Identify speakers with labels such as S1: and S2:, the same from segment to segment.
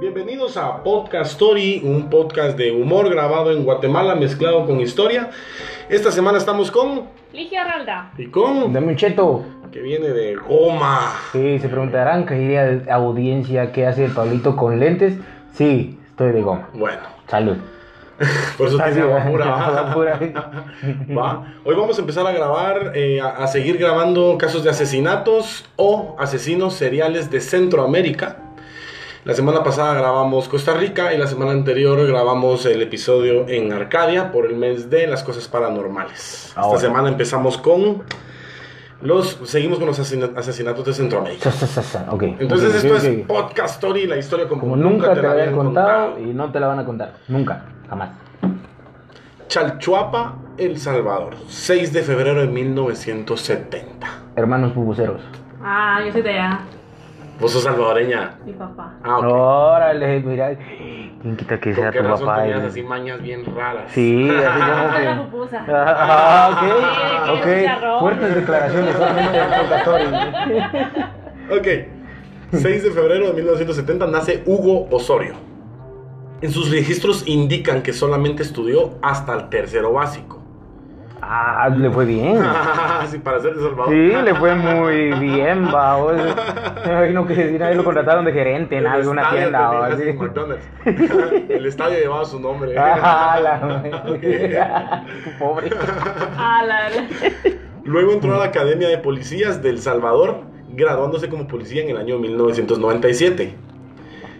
S1: Bienvenidos a Podcast Story, un podcast de humor grabado en Guatemala mezclado con historia. Esta semana estamos con
S2: Ligia Arralda.
S1: y con
S3: Dame un cheto.
S1: que viene de goma.
S3: Sí, se preguntarán, querida audiencia, ¿qué hace el Pablito con lentes? Sí, estoy de goma.
S1: Bueno,
S3: Salud.
S1: por eso tiene agua pura.
S3: Agua pura.
S1: Va. Hoy vamos a empezar a grabar, eh, a, a seguir grabando casos de asesinatos o asesinos seriales de Centroamérica. La semana pasada grabamos Costa Rica y la semana anterior grabamos el episodio en Arcadia por el mes de las cosas paranormales.
S3: Ahora.
S1: Esta semana empezamos con los seguimos con los asesina- asesinatos de Centroamérica.
S3: Sa, sa, sa, sa. Ok.
S1: Entonces
S3: Ok,
S1: esto
S3: ok,
S1: es
S3: ok.
S1: podcast story, la historia como,
S3: Como nunca te la habían contado,
S1: contado.
S3: y no te la van a contar. Nunca. Jamás.
S1: Chalchuapa, El Salvador, 6 de febrero de 1970.
S3: Hermanos pupuseros.
S2: Ah, yo soy de allá,
S1: Vos sos salvadoreña.
S2: mi papá.
S1: Ah, ok.
S3: Órale, mira. ¿Quién quita que sea
S1: ¿Con qué
S3: tu
S1: razón
S3: papá?
S1: tenías
S3: eh?
S1: así mañas bien raras?
S3: Sí, así como
S2: Ah,
S3: que...
S2: la pupusa.
S3: Ah,
S2: Sí,
S3: ok,
S2: que es
S3: ok.
S2: chicharrón.
S3: Fuertes declaraciones solamente en Purgatorio.
S1: Ok. 6 de febrero de 1970 nace Hugo Osorio. En sus registros indican que solamente estudió hasta el tercero básico.
S3: Ah, le fue bien.
S1: sí, para ser de Salvador.
S3: Sí, le fue muy bien, va. o sea, Me imagino que si nadie lo contrataron de gerente en
S1: El
S3: alguna
S1: estadio
S3: tienda o
S1: tenía
S3: así.
S1: ese McDonald's. el estadio llevaba su nombre.
S3: Ah, la
S1: Ok.
S3: Pobre.
S2: Ah, la, la.
S1: Luego entró a la Academia de Policías del Salvador, graduándose como policía en el año 1997.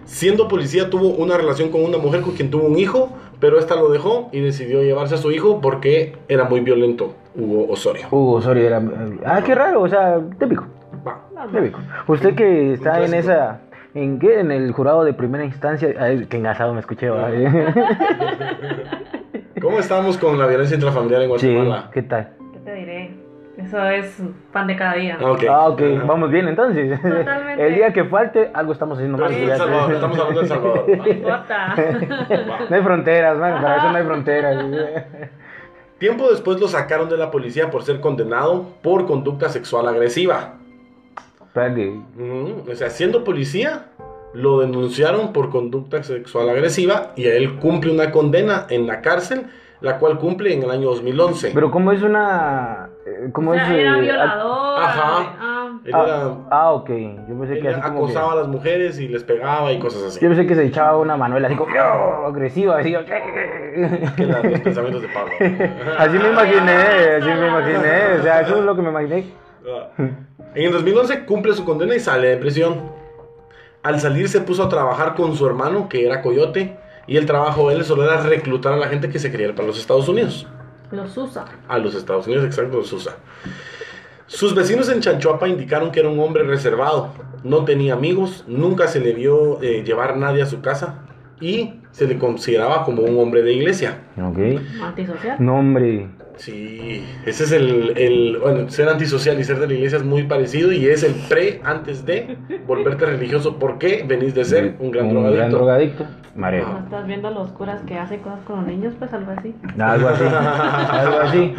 S1: Siendo policía tuvo una relación con una mujer con quien tuvo un hijo, pero esta lo dejó y decidió llevarse a su hijo porque era muy violento Hugo Osorio.
S3: Hugo Osorio era. Ah, qué raro, o sea, típico.
S1: Va.
S3: Típico. Usted que
S1: Un
S3: está en
S1: clásico.
S3: esa. ¿En qué? En el jurado de primera instancia. Ay, qué engasado me escuché, va.
S1: ¿Cómo estamos con la violencia intrafamiliar en
S3: Sí,
S1: Guatemala?
S3: ¿qué tal?
S2: ¿Qué te diré? Eso es pan de cada día.
S1: Ah, ok.
S3: Ah, ok,
S1: Ajá.
S3: vamos bien entonces.
S2: Totalmente.
S3: El día que falte, algo estamos haciendo
S1: Pero es
S3: mal.
S2: Sí,
S1: El
S3: fíjate.
S1: Salvador, estamos hablando del Salvador.
S2: No importa.
S1: Va.
S3: No hay fronteras, man, para eso no hay fronteras.
S1: Tiempo después lo sacaron de la policía por ser condenado por conducta sexual agresiva.
S3: Espérate.
S1: Ujú, O sea, siendo policía, lo denunciaron por conducta sexual agresiva y él cumple una condena en la cárcel, la cual cumple en el año 2011.
S3: Pero ¿cómo es una... eh, ¿Cómo
S2: O sea,
S3: es...?
S2: era
S3: eh,
S2: violador.
S1: Ajá.
S2: ah,
S1: él
S3: Ah,
S1: era-
S3: ah, ok. Yo pensé
S1: él
S3: que así como que-
S1: acosaba a las mujeres y les pegaba y cosas así.
S3: Yo pensé que se echaba una manuela así como... "Yo", agresiva, así...
S1: Que eran los pensamientos de Pablo.
S3: así me imaginé, así me imaginé. O sea, eso es lo que me imaginé.
S1: Ah. En el 2011 cumple su condena y sale de prisión. Al salir se puso a trabajar con su hermano, que era coyote, y el trabajo de él solo era reclutar a la gente que se quería ir para los Estados Unidos.
S2: los usa.
S1: a los Estados Unidos, exacto, Susa. Sus vecinos en Chanchuapa indicaron que era un hombre reservado, no tenía amigos, nunca se le vio eh, llevar nadie a su casa y se le consideraba como un hombre de iglesia.
S3: Ok.
S2: Antisocial.
S3: No, hombre.
S1: Sí, ese es el, el- bueno, ser antisocial y ser de la iglesia es muy parecido y es el pre antes de volverte religioso porque venís de ser un gran drogadicto.
S3: gran drogadicto.
S2: No
S3: Mareo.
S2: estás viendo los curas que hacen cosas con los niños, pues algo así.
S1: Ah.
S3: Algo así. Algo así.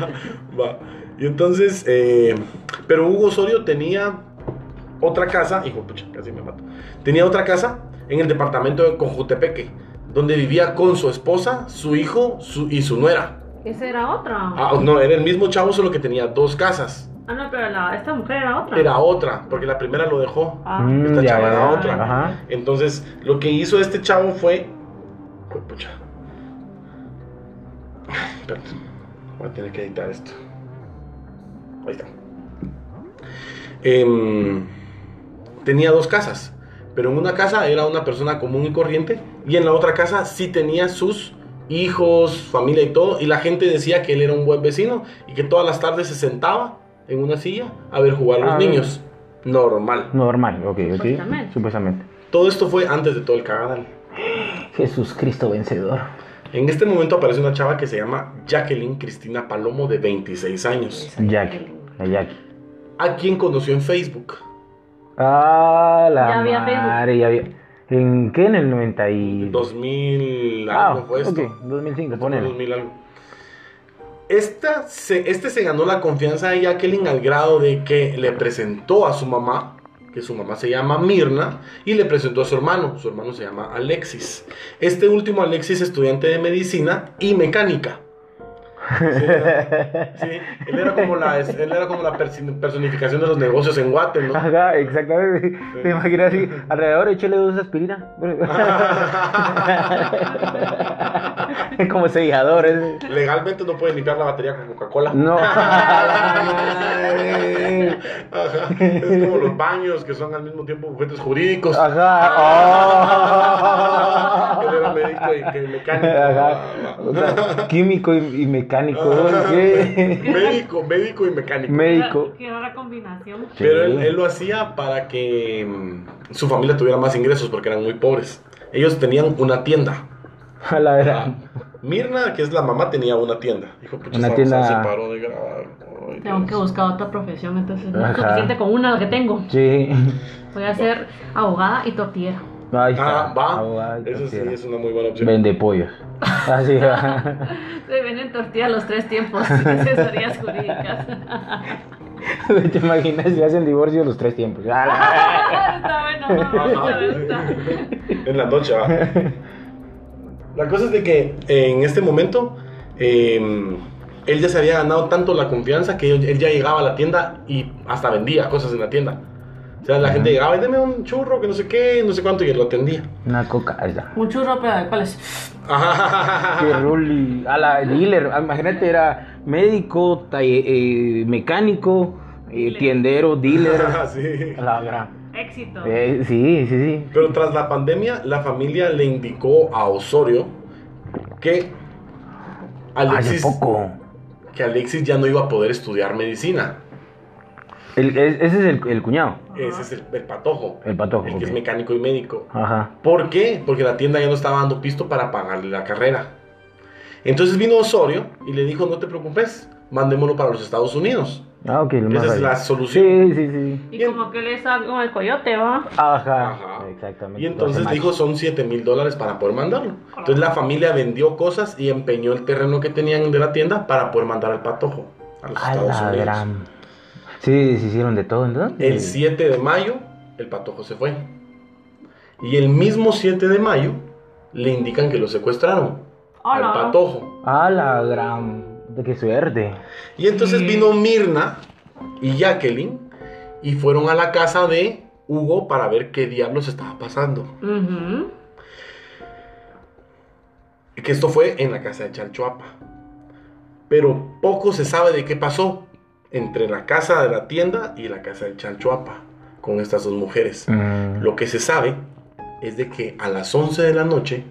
S1: Va. Y entonces, eh, pero Hugo Osorio tenía otra casa, hijo, pucha, casi me mato. Tenía otra casa en el departamento de Cojutepeque, donde vivía con su esposa, su hijo su- y su nuera.
S2: Ese era otro. Ah,
S1: Ah, no, era el mismo chavo, solo que tenía dos casas.
S2: no, pero la, esta mujer era otra.
S1: Era otra, porque la primera lo dejó.
S2: Ah,
S3: Mm,
S1: Esta
S3: ya,
S1: chava era
S3: ya,
S1: otra.
S3: Ajá.
S1: Entonces, lo que hizo este chavo fue. Hijo de pucha. Espérate. Voy a tener que editar esto. Ahí está. Em, tenía dos casas. Pero en una casa era una persona común y corriente. Y en la otra casa sí tenía sus hijos, familia y todo, y la gente decía que él era un buen vecino y que todas las tardes se sentaba en una silla a ver jugar a los
S3: Ah,
S1: niños. Normal.
S3: Normal, ok, ok.
S2: Supuestamente.
S3: Supuestamente.
S1: Todo esto fue antes de todo el cagadal.
S3: Jesús Cristo vencedor.
S1: En este momento aparece una chava que se llama Jacqueline Cristina Palomo de 26 años,
S3: Jackie. La Jackie.
S1: a quien conoció en Facebook.
S3: Ah, la
S2: Ya había
S3: madre, ya había. ¿En qué? En el 90 y...
S1: 2000
S3: Ah,
S1: algo fue esto.
S3: ok, 2005,
S1: Esto fue
S3: ponele.
S1: 2000 algo. Esta se- este se ganó la confianza de Jacqueline al grado de que le presentó a su mamá, que su mamá se llama Mirna, y le presentó a su hermano, su hermano se llama Alexis. Este último Alexis estudiante de medicina y mecánica. Sí, él era como la, él era como la persi- personificación de los negocios en Guate, ¿no?
S3: Ajá, exactamente. Te imaginas así, alrededor échale dos aspirina. Es como selladores.
S1: Legalmente no puedes limpiar la batería con Coca-Cola.
S3: No. Madre.
S1: Ajá. Es como los baños que son al mismo tiempo bufetes jurídicos.
S3: Ah. Ajá.
S1: Él era
S3: Oh.
S1: médico y que mecánico. Ah,
S3: Ajá. O sea, químico y, y mecánico.
S1: Ajá.
S3: ¿Qué?
S1: ah. Médico, médico y mecánico.
S3: Médico.
S2: Qué rara combinación.
S1: Pero él,
S3: Sí.
S1: él lo hacía para que mm, su familia tuviera más ingresos porque eran muy pobres. Ellos tenían una tienda. Ah,
S3: A la verdad.
S1: Mirna, que es la mamá, tenía una tienda. Dijo, pucha,
S3: Una
S1: esta
S3: tienda-
S1: babosada se paró de grabar. Ay,
S2: Tengo
S1: Dios.
S2: que buscar otra profesión, entonces no
S3: Ajá.
S2: es suficiente con una que tengo.
S3: Sí.
S2: Voy a ser abogada y tortillera.
S3: Ahí
S1: Ah,
S3: está.
S1: va.
S3: Ah, va,
S1: Eso sí
S3: tortillera.
S1: es una muy buena opción.
S3: Vende pollos. Así va.
S2: Se venden tortillas los tres tiempos, asesorías jurídicas.
S3: ¿Te imaginas si hacen divorcio los tres tiempos? A la-
S2: está bueno, mamá,
S1: Ajá.
S2: me gusta.
S1: En la noche, va. La cosa es de que en este momento eh, él ya se había ganado tanto la confianza que él ya llegaba a la tienda y hasta vendía cosas en la tienda. O sea, la gente llegaba y deme un churro, que no sé qué, no sé cuánto, y él lo atendía.
S3: Una coca. Ahí está.
S2: Un churro, pero ¿de cuál es?
S1: Ah.
S3: Qué ruli. A la dealer. Imagínate, era médico, ta- eh, eh, mecánico, eh,
S2: Dealer.
S3: tiendero, dealer.
S1: Sí.
S3: A la gran.
S2: Éxito.
S3: Eh, sí, sí, sí.
S1: Pero tras la pandemia, la familia le indicó a Osorio que
S3: Hace
S1: Alexis,
S3: poco.
S1: que Alexis ya no iba a poder estudiar medicina.
S3: El- es- ese es el, el cuñado,
S1: Ese es el, el patojo.
S3: el patojo.
S1: El que es
S3: Ah, ok.
S1: mecánico y médico.
S3: Ajá.
S1: ¿Por qué? Porque la tienda ya no estaba dando pisto para pagarle la carrera. Entonces vino Osorio y le dijo, no te preocupes, mandémoslo para los Estados Unidos.
S3: Ah, ok, lo más
S1: Esa es
S3: ahí.
S1: la solución.
S3: Sí, sí, sí.
S2: Y como que le salgo con el coyote, ¿va?
S3: Ajá.
S1: Ajá.
S3: Exactamente.
S1: Y entonces
S3: Lo hace
S1: dijo, son 7 mil dólares para poder mandarlo. Entonces la familia vendió cosas y empeñó el terreno que tenían de la tienda para poder mandar al patojo a los
S3: mal. A
S1: Estados
S3: la
S1: Unidos.
S3: gran. Sí, se hicieron de todo, entonces.
S1: El 7 de mayo, el patojo se fue. Y el mismo 7 de mayo, le indican que lo secuestraron. al
S2: Hola.
S1: patojo.
S3: A la gran. De qué suerte.
S1: Y entonces
S2: Sí.
S1: vino Mirna y Jacqueline y fueron a la casa de Hugo para ver qué diablos estaba pasando.
S2: Ujú.
S1: Que esto fue en la casa de Chalchuapa. Pero poco se sabe de qué pasó entre la casa de la tienda y la casa de Chalchuapa con estas dos mujeres.
S3: Mm.
S1: Lo que se sabe es de que a las 11 de la noche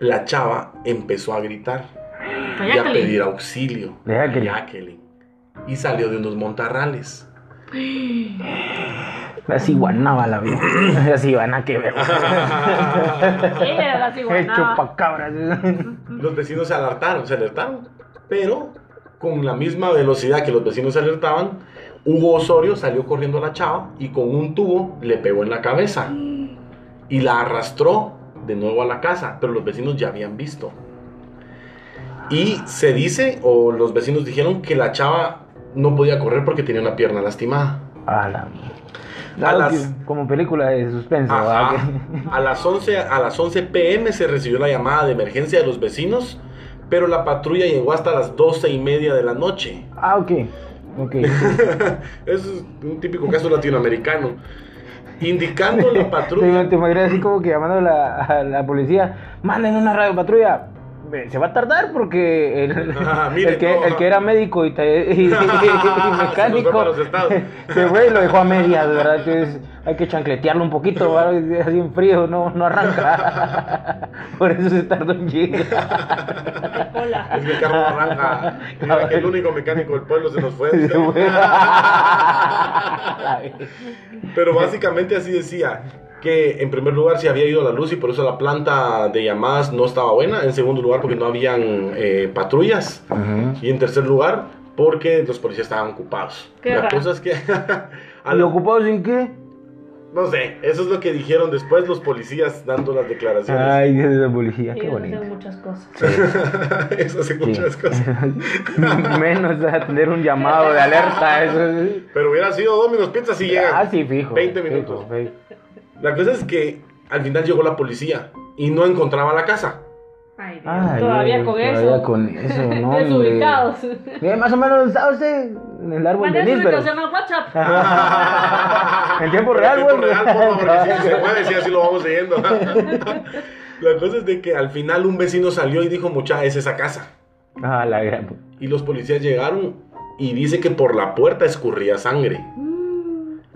S1: la chava empezó a gritar y a
S2: Jacqueline.
S1: pedir auxilio.
S3: De Jacqueline.
S1: Jacqueline. Y salió de unos montarrales.
S3: La ciguanaba la vida. La ciguana que veo.
S2: Ella era la
S3: El
S2: ciguanaba.
S3: chupacabras.
S1: Los vecinos se alertaron, se alertaron, pero con la misma velocidad que los vecinos se alertaban, Hugo Osorio salió corriendo a la chava y con un tubo le pegó en la cabeza y la arrastró de nuevo a la casa, pero los vecinos ya habían visto. Y se dice, o los vecinos dijeron que la chava no podía correr porque tenía una pierna lastimada.
S3: A la.
S1: A
S3: Algo
S1: las-
S3: que- Como película de suspenso. ah,
S1: Ajá.
S3: ¿verdad?
S1: A las 11 a las 11 pm se recibió la llamada de emergencia de los vecinos, pero la patrulla llegó hasta las 12 y media de la noche.
S3: Ah, ok. Ok.
S1: es un típico caso latinoamericano. Indicando la
S3: Te,
S1: patrulla.
S3: te imaginas así como que llamando a la, a la policía, manden una radio patrulla. eh, se va a tardar porque el,
S1: Ah, mire,
S3: el que,
S1: no.
S3: el que era médico y, ta- y- y
S1: Se nos fue
S3: mecánico
S1: para los estados.
S3: se fue y lo dejó a medias, ¿verdad? Entonces hay que chancletearlo un poquito, ¿verdad? así en frío, no, no arranca. Por eso se tardó en llegar.
S2: De cola.
S1: Es que el carro no arranca. Mira que el único mecánico del pueblo se nos fue.
S3: Se fue.
S1: Pero básicamente así decía que en primer lugar se había ido la luz y por eso la planta de llamadas no estaba buena. En segundo lugar porque no habían eh, patrullas.
S3: Ujú.
S1: Y en tercer lugar porque los policías estaban ocupados.
S2: Qué
S1: la
S2: raro.
S1: cosa es que... a
S3: ¿Y
S1: la-
S3: ocupados en qué?
S1: no sé, eso es lo que dijeron después los policías dando las declaraciones.
S3: Ay, Dios de la policía,
S2: Sí,
S3: qué
S2: hacen
S3: bonito.
S2: muchas cosas.
S1: eso hace
S3: Sí.
S1: muchas cosas.
S3: Menos atender un llamado de alerta, eso es-
S1: Pero hubiera sido Domino's Pizza si llegan.
S3: Ah, sí, pues, fijo.
S1: 20
S3: fijo,
S1: minutos.
S3: fijo.
S1: La cosa es que al final llegó la policía y no encontraba la casa.
S2: Ay, Dios,
S3: Ay,
S2: todavía
S3: Dios,
S2: con
S3: todavía
S2: eso.
S3: con eso, no, hombre.
S2: Desubicados.
S3: Mire, más o menos está usted en el árbol de
S2: Mande su
S3: nísperos.
S2: ubicación al WhatsApp.
S3: Ah. En tiempo
S1: Pero
S3: real,
S1: en tiempo
S3: güey.
S1: real, por favor, porque si se puede, si así lo vamos siguiendo. La cosa es de que al final un vecino salió y dijo, mucha, es esa casa.
S3: Ah, la gran-
S1: Y los policías llegaron y dice que por la puerta escurría sangre.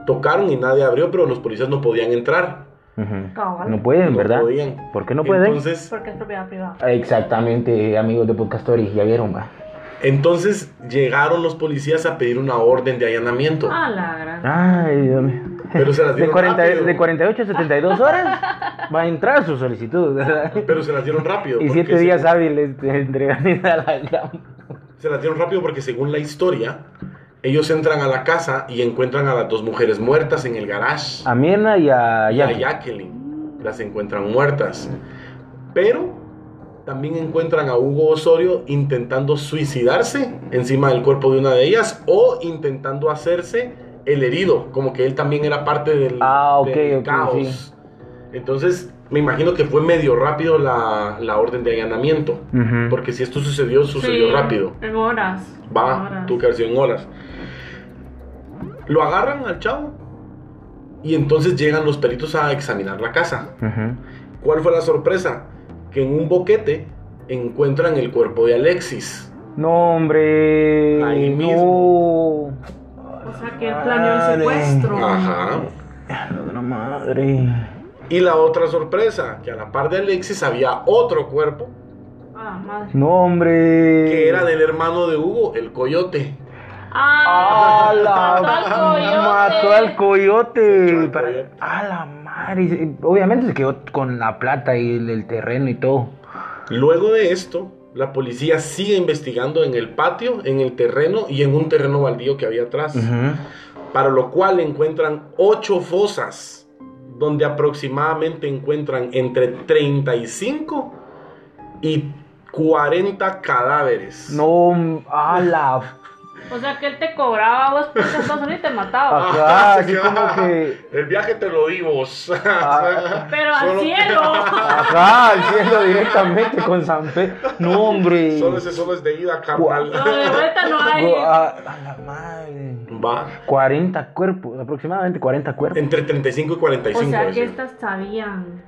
S1: Tocaron y nadie abrió, pero los policías no podían entrar.
S3: Ujú.
S2: Cabal.
S3: No pueden,
S1: No
S3: Mm, ¿verdad?
S1: podían.
S3: ¿Por qué no pueden?
S1: Entonces,
S2: Porque es propiedad privada.
S3: Exactamente, amigos de Podcastori, ya vieron, va.
S1: entonces llegaron los policías a pedir una orden de allanamiento.
S2: A la gran.
S3: Ay, Dios mío.
S1: Pero se las
S3: De,
S1: dieron
S3: 40
S1: rápido.
S3: de 48 a 72 horas va a entrar su solicitud, ¿verdad?
S1: Pero se las dieron rápido.
S3: Y
S1: porque
S3: 7
S1: se-
S3: días hábiles te entregan a la gran-
S1: Se las dieron rápido porque según la historia, ellos entran a la casa y encuentran a las dos mujeres muertas en el garage.
S3: A Mirna y a
S1: y a
S3: Jackie.
S1: Jacqueline. Las encuentran muertas. Pero también encuentran a Hugo Osorio intentando suicidarse encima del cuerpo de una de ellas o intentando hacerse el herido, como que él también era parte del,
S3: Ah, ok,
S1: del
S3: ok,
S1: caos.
S3: sí.
S1: Entonces, me imagino que fue medio rápido la, la orden de allanamiento.
S3: Ujú.
S1: Porque si esto sucedió, sucedió
S2: Sí,
S1: rápido.
S2: En horas. en
S1: Va,
S2: horas.
S1: tu canción horas. Lo agarran al chavo y entonces llegan los peritos a examinar la casa.
S3: Ujú.
S1: ¿Cuál fue la sorpresa? Que en un boquete encuentran el cuerpo de Alexis.
S3: No, hombre.
S1: Ahí
S3: no.
S2: O sea que él planeó el secuestro.
S1: Ajá.
S3: Lo de la madre.
S1: Y la otra sorpresa, que a la par de Alexis había otro cuerpo
S2: Ah, madre.
S3: No, hombre.
S1: que era del hermano de Hugo, el coyote.
S2: Ah,
S3: ¡A la
S2: mató al coyote.
S3: Mató al
S1: Mató
S3: coyote.
S1: al
S3: Para-
S1: coyote.
S3: A la madre. Obviamente se quedó con la plata y el, el terreno y todo.
S1: Luego de esto, la policía sigue investigando en el patio, en el terreno y en un terreno baldío que había atrás.
S3: Ujú.
S1: para lo cual encuentran ocho fosas, donde aproximadamente encuentran entre 35 y 40 cadáveres.
S3: No, a la.
S2: O sea que él te cobraba vos por esas cosas y te mataba.
S3: Ajá, así
S1: sí,
S3: como
S1: ajá.
S3: ah, que.
S1: Ah, El viaje te lo dimos.
S3: Ah.
S2: Pero al
S1: Solo-
S2: cielo.
S3: Ajá, al cielo directamente con San Pedro. No, hombre.
S1: Solo ese solo es de ida, carnal.
S2: Pero de vuelta no hay.
S3: Go- A, a la madre.
S1: Va.
S3: 40 cuerpos, aproximadamente 40 cuerpos.
S1: Entre 35 y 45.
S2: O sea que
S1: decía.
S2: estas sabían.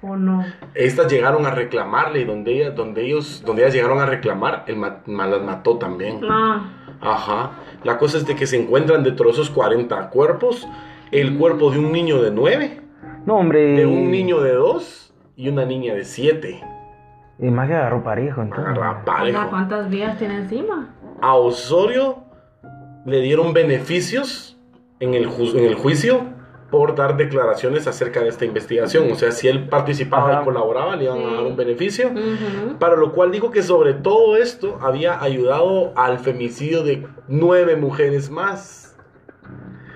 S2: ¿O no?
S1: Estas llegaron a reclamarle y donde ellas, donde ellos, donde ellas llegaron a reclamar, el ma- ma- las mató también.
S2: Ah,
S1: Ajá. La cosa es de que se encuentran dentro de esos 40 cuerpos el cuerpo de un niño de 9,
S3: No, hombre.
S1: de un niño de 2 y una niña de 7.
S3: Y más que agarró parejo, entonces.
S1: Agarra
S2: anda,
S1: parejo.
S2: ¿cuántas vías tiene encima?
S1: A Osorio le dieron beneficios en el, ju- en el juicio por dar declaraciones acerca de esta investigación. O sea, si él participaba
S3: Ajá.
S1: y colaboraba, le iban a dar un
S2: Sí.
S1: beneficio.
S2: Ujú.
S1: Para lo cual dijo que sobre todo esto había ayudado al femicidio de nueve mujeres más.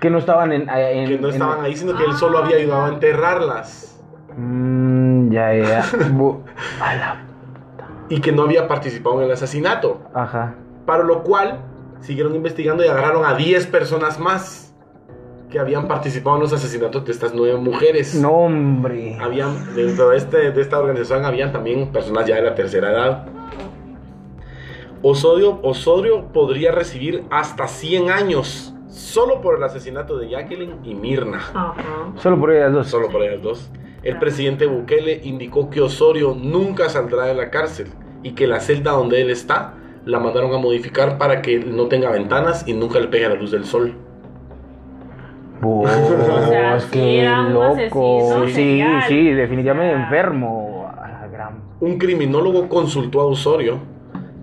S3: Que no estaban en. en-
S1: que no
S3: en-
S1: estaban ahí, sino que él solo había ayudado a enterrarlas
S3: Mm, ya, ya. Bu- a la.
S1: y que no había participado en el asesinato.
S3: Ajá.
S1: Para lo cual siguieron investigando y agarraron a 10 personas más que habían participado en los asesinatos de estas nueve mujeres.
S3: No, hombre.
S1: Habían, dentro de, este, de esta organización habían también personas ya de la tercera edad. Osorio, Osorio podría recibir hasta 100 años solo por el asesinato de Jacqueline y Mirna.
S2: Ajá.
S3: Solo por ellas dos.
S1: Solo por ellas dos. El presidente Bukele indicó que Osorio nunca saldrá de la cárcel y que la celda donde él está la mandaron a modificar para que no tenga ventanas y nunca le pegue la luz del sol.
S3: Vos,
S2: sea, sí
S3: qué
S2: era un
S3: loco.
S2: asesino
S3: Sí,
S2: serial.
S3: sí, definitivamente
S2: O sea.
S3: enfermo. A la
S2: Ah,
S3: gran.
S1: Un criminólogo consultó a Osorio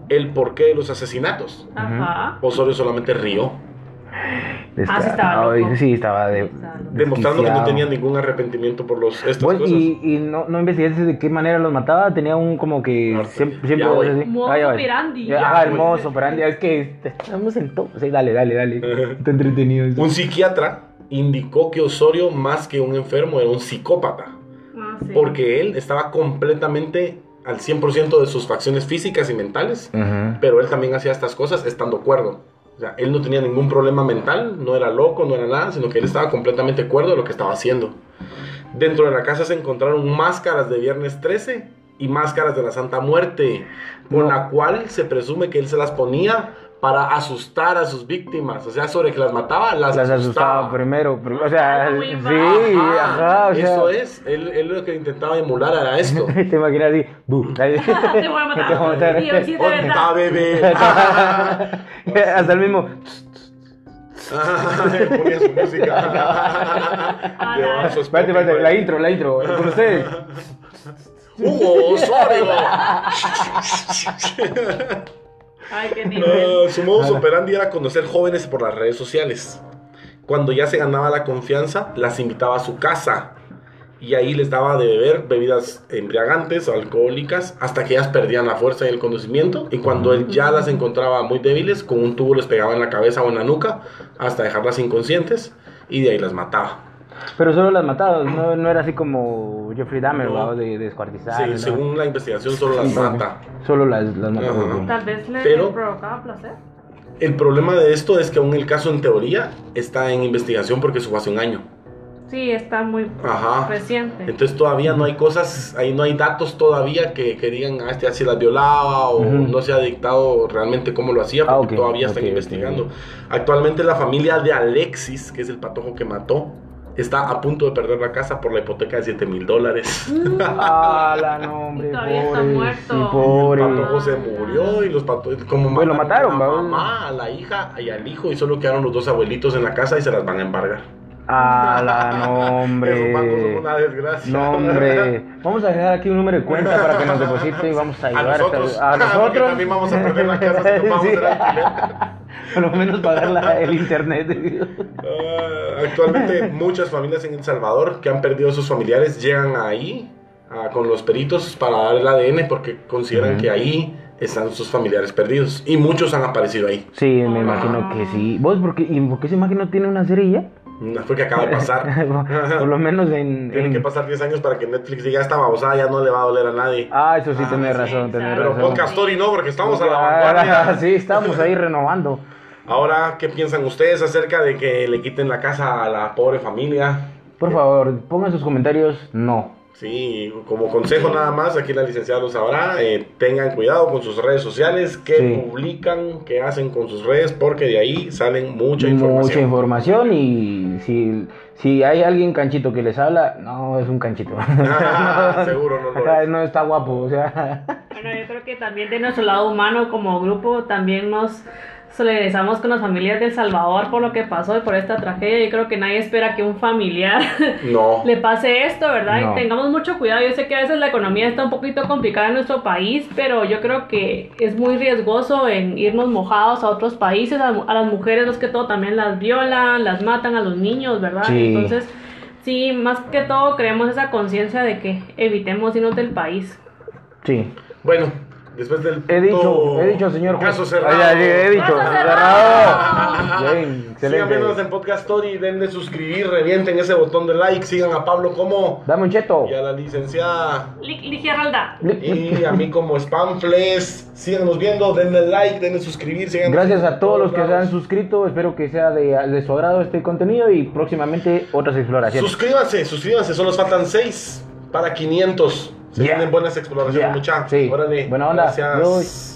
S1: el porqué de los asesinatos.
S2: Ajá.
S1: Osorio solamente rió,
S2: Ah, sí estaba
S3: no,
S2: loco.
S3: Sí, estaba de-
S2: Sí, estaba loco.
S1: demostrando que no
S3: desquiciado.
S1: tenía ningún arrepentimiento por los, estas
S3: Bueno,
S1: cosas.
S3: y, y no, no investigaste de qué manera los mataba, tenía un como que
S1: Norte.
S3: siempre,
S1: Ya
S3: siempre
S1: voy.
S3: así.
S2: Modus
S3: Ah, ya voy.
S2: operandi.
S3: Ya,
S2: Ya
S3: ajá, el
S2: voy.
S3: modus operandi, es que este, estamos en todo. Sí, dale, dale, dale. Está entretenido. eso.
S1: Un psiquiatra indicó que Osorio, más que un enfermo, era un psicópata.
S2: Ah, sí.
S1: Porque él estaba completamente al 100% de sus facciones físicas y
S3: Mm.
S1: mentales.
S3: Ujú.
S1: Pero él también hacía estas cosas estando cuerdo. O sea, él no tenía ningún problema mental, no era loco, no era nada, sino que él estaba completamente cuerdo de lo que estaba haciendo. Dentro de la casa se encontraron máscaras de Viernes 13 y máscaras de la Santa Muerte, con
S3: No.
S1: la cual se presume que él se las ponía para asustar a sus víctimas. O sea, sobre que las mataba, las,
S3: Las asustaba
S1: asustaba.
S3: primero, pero, o sea,
S2: Halloween,
S3: sí,
S1: Ajá,
S3: ajá, o sea.
S1: eso es, él, él lo que intentaba emular era esto.
S3: Te imaginas así, bu, ahí.
S2: Ah, Te voy a matar.
S3: Te voy a matar.
S2: Y yo, sí, de
S1: ¡Onta,
S2: verdad.
S1: ah, bebé!
S3: Hasta el mismo.
S1: Ponía su música.
S2: Ah,
S1: Llevaba
S2: no.
S1: su
S3: Espérate, espérate,
S1: Spotify.
S3: la intro, la intro. Con ustedes.
S1: Hugo Osorio.
S2: Ay, qué nivel.
S1: Eh, su modus operandi era conocer jóvenes por las redes sociales. Cuando ya se ganaba la confianza, las invitaba a su casa. Y ahí les daba de beber bebidas embriagantes o alcohólicas hasta que ellas perdían la fuerza y el conocimiento. Y cuando él ya las encontraba muy débiles, con un tubo les pegaba en la cabeza o en la nuca hasta dejarlas inconscientes y de ahí las mataba.
S3: Pero solo las mataba, no, no era así como Jeffrey Dahmer,
S1: No.
S3: ¿verdad? de, de descuartizar.
S1: Se-
S3: ¿no?
S1: Según la investigación, solo las
S3: Sí, bueno,
S1: mata.
S3: Solo las, las mataba.
S1: Ajá.
S3: güey.
S2: Tal vez le
S1: Pero-
S2: provocaba placer.
S1: El problema de esto es que aún el caso en teoría está en investigación porque eso fue hace un año.
S2: Sí, está muy
S1: Ajá.
S2: reciente.
S1: Entonces todavía no hay cosas, ahí no hay datos todavía que, que digan, ah, este así las violaba o
S3: Ujú.
S1: no se ha dictado realmente cómo lo hacía
S3: Ah,
S1: porque
S3: ok,
S1: todavía están
S3: ok, ok.
S1: investigando. Actualmente la familia de Alexis, que es el patojo que mató, está a punto de perder la casa por la hipoteca de 7 mil dólares.
S3: Ah, la no, hombre.
S2: Y todavía está
S3: pobre,
S2: muerto.
S3: Sí,
S1: El
S3: pobre.
S1: patojo se murió y los patojos, como
S3: Pues lo
S1: mataron a la
S3: mataron, ¿va?
S1: mamá, a la hija y al hijo y solo quedaron los dos abuelitos en la casa y se las van a embargar.
S3: Ah, la no,
S1: Esos bancos son
S3: hombre.
S1: una desgracia.
S3: No, hombre. Vamos a dejar aquí un número de cuenta para que nos deposite y vamos a
S1: A
S3: ayudar
S1: nosotros.
S3: a
S1: Porque
S3: nosotros.
S1: también vamos a perder la casa si no pagamos
S3: Sí.
S1: el alquiler.
S3: Por lo menos pagar la- el internet.
S1: Ah, actualmente muchas familias en El Salvador que han perdido a sus familiares llegan ahí ah, con los peritos para dar el ADN porque consideran
S3: Ujú.
S1: que ahí están sus familiares perdidos. Y muchos han aparecido ahí.
S3: Sí,
S2: Ah.
S3: me imagino que sí. ¿Vos por qué, y por qué esa imagen no tiene una serie ya?
S1: No fue que acaba de pasar.
S3: por lo menos en...
S1: Tienen
S3: en-
S1: que pasar 10 años para que Netflix diga esta babosada ya no le va a doler a nadie.
S3: Ah, eso sí,
S1: Ah,
S3: tenés
S1: sí,
S3: razón, tenés
S2: claro.
S1: Pero
S3: razón.
S1: Podcast Story no, porque estamos a la
S3: Ah,
S1: vanguardia.
S3: sí, estamos ahí renovando.
S1: Ahora, ¿qué piensan ustedes acerca de que le quiten la casa a la pobre familia?
S3: Por favor, pongan sus comentarios. No.
S1: Sí, como consejo nada más, aquí la licenciada lo sabrá, eh, tengan cuidado con sus redes sociales, qué
S3: Sí.
S1: publican, qué hacen con sus redes, porque de ahí salen mucha
S3: Mucha
S1: información.
S3: información y si, si hay alguien canchito que les habla, no, es un canchito.
S1: Ah, seguro no lo
S3: Ajá,
S1: es.
S3: no está guapo, o sea.
S2: Bueno, yo creo que también de nuestro lado humano como grupo también nos solidarizamos con las familias de El Salvador por lo que pasó y por esta tragedia. Yo creo que nadie espera que un familiar
S1: No,
S2: le pase esto, ¿verdad?
S3: No.
S2: Y tengamos mucho cuidado. Yo sé que a veces la economía está un poquito complicada en nuestro país, pero yo creo que es muy riesgoso en irnos mojados a otros países. A, a las mujeres, los que todo, también las violan, las matan a los niños, ¿verdad?
S3: Sí.
S2: Entonces, sí, más que todo creemos esa conciencia de que evitemos irnos del país.
S3: Sí.
S1: bueno, después del
S3: He dicho,
S1: punto-
S3: he dicho, señor Ah, juez.
S1: caso cerrado.
S3: Ay, ay, he dicho,
S2: Caso
S3: cerrado. Bien, excelente.
S1: Síganos en Podcast Story, denle suscribir, revienten ese botón de like, sigan a Pablo como
S3: Dame un cheto.
S1: y a la licenciada
S2: Li- Ligia Roldán.
S1: y a mí como Spamfles. Síganos viendo, denle like, denle suscribir, síganos
S3: Gracias
S1: en
S3: a todos los que se
S1: lados.
S3: han suscrito. Espero que sea de, de su agrado este contenido y próximamente otras exploraciones.
S1: Suscríbanse, suscríbanse, solo nos faltan 6 para 500. Se
S3: Yeah.
S1: vienen buenas exploraciones,
S3: Yeah.
S1: muchachos.
S3: Sí. Buena onda.
S1: Gracias.
S3: Adiós.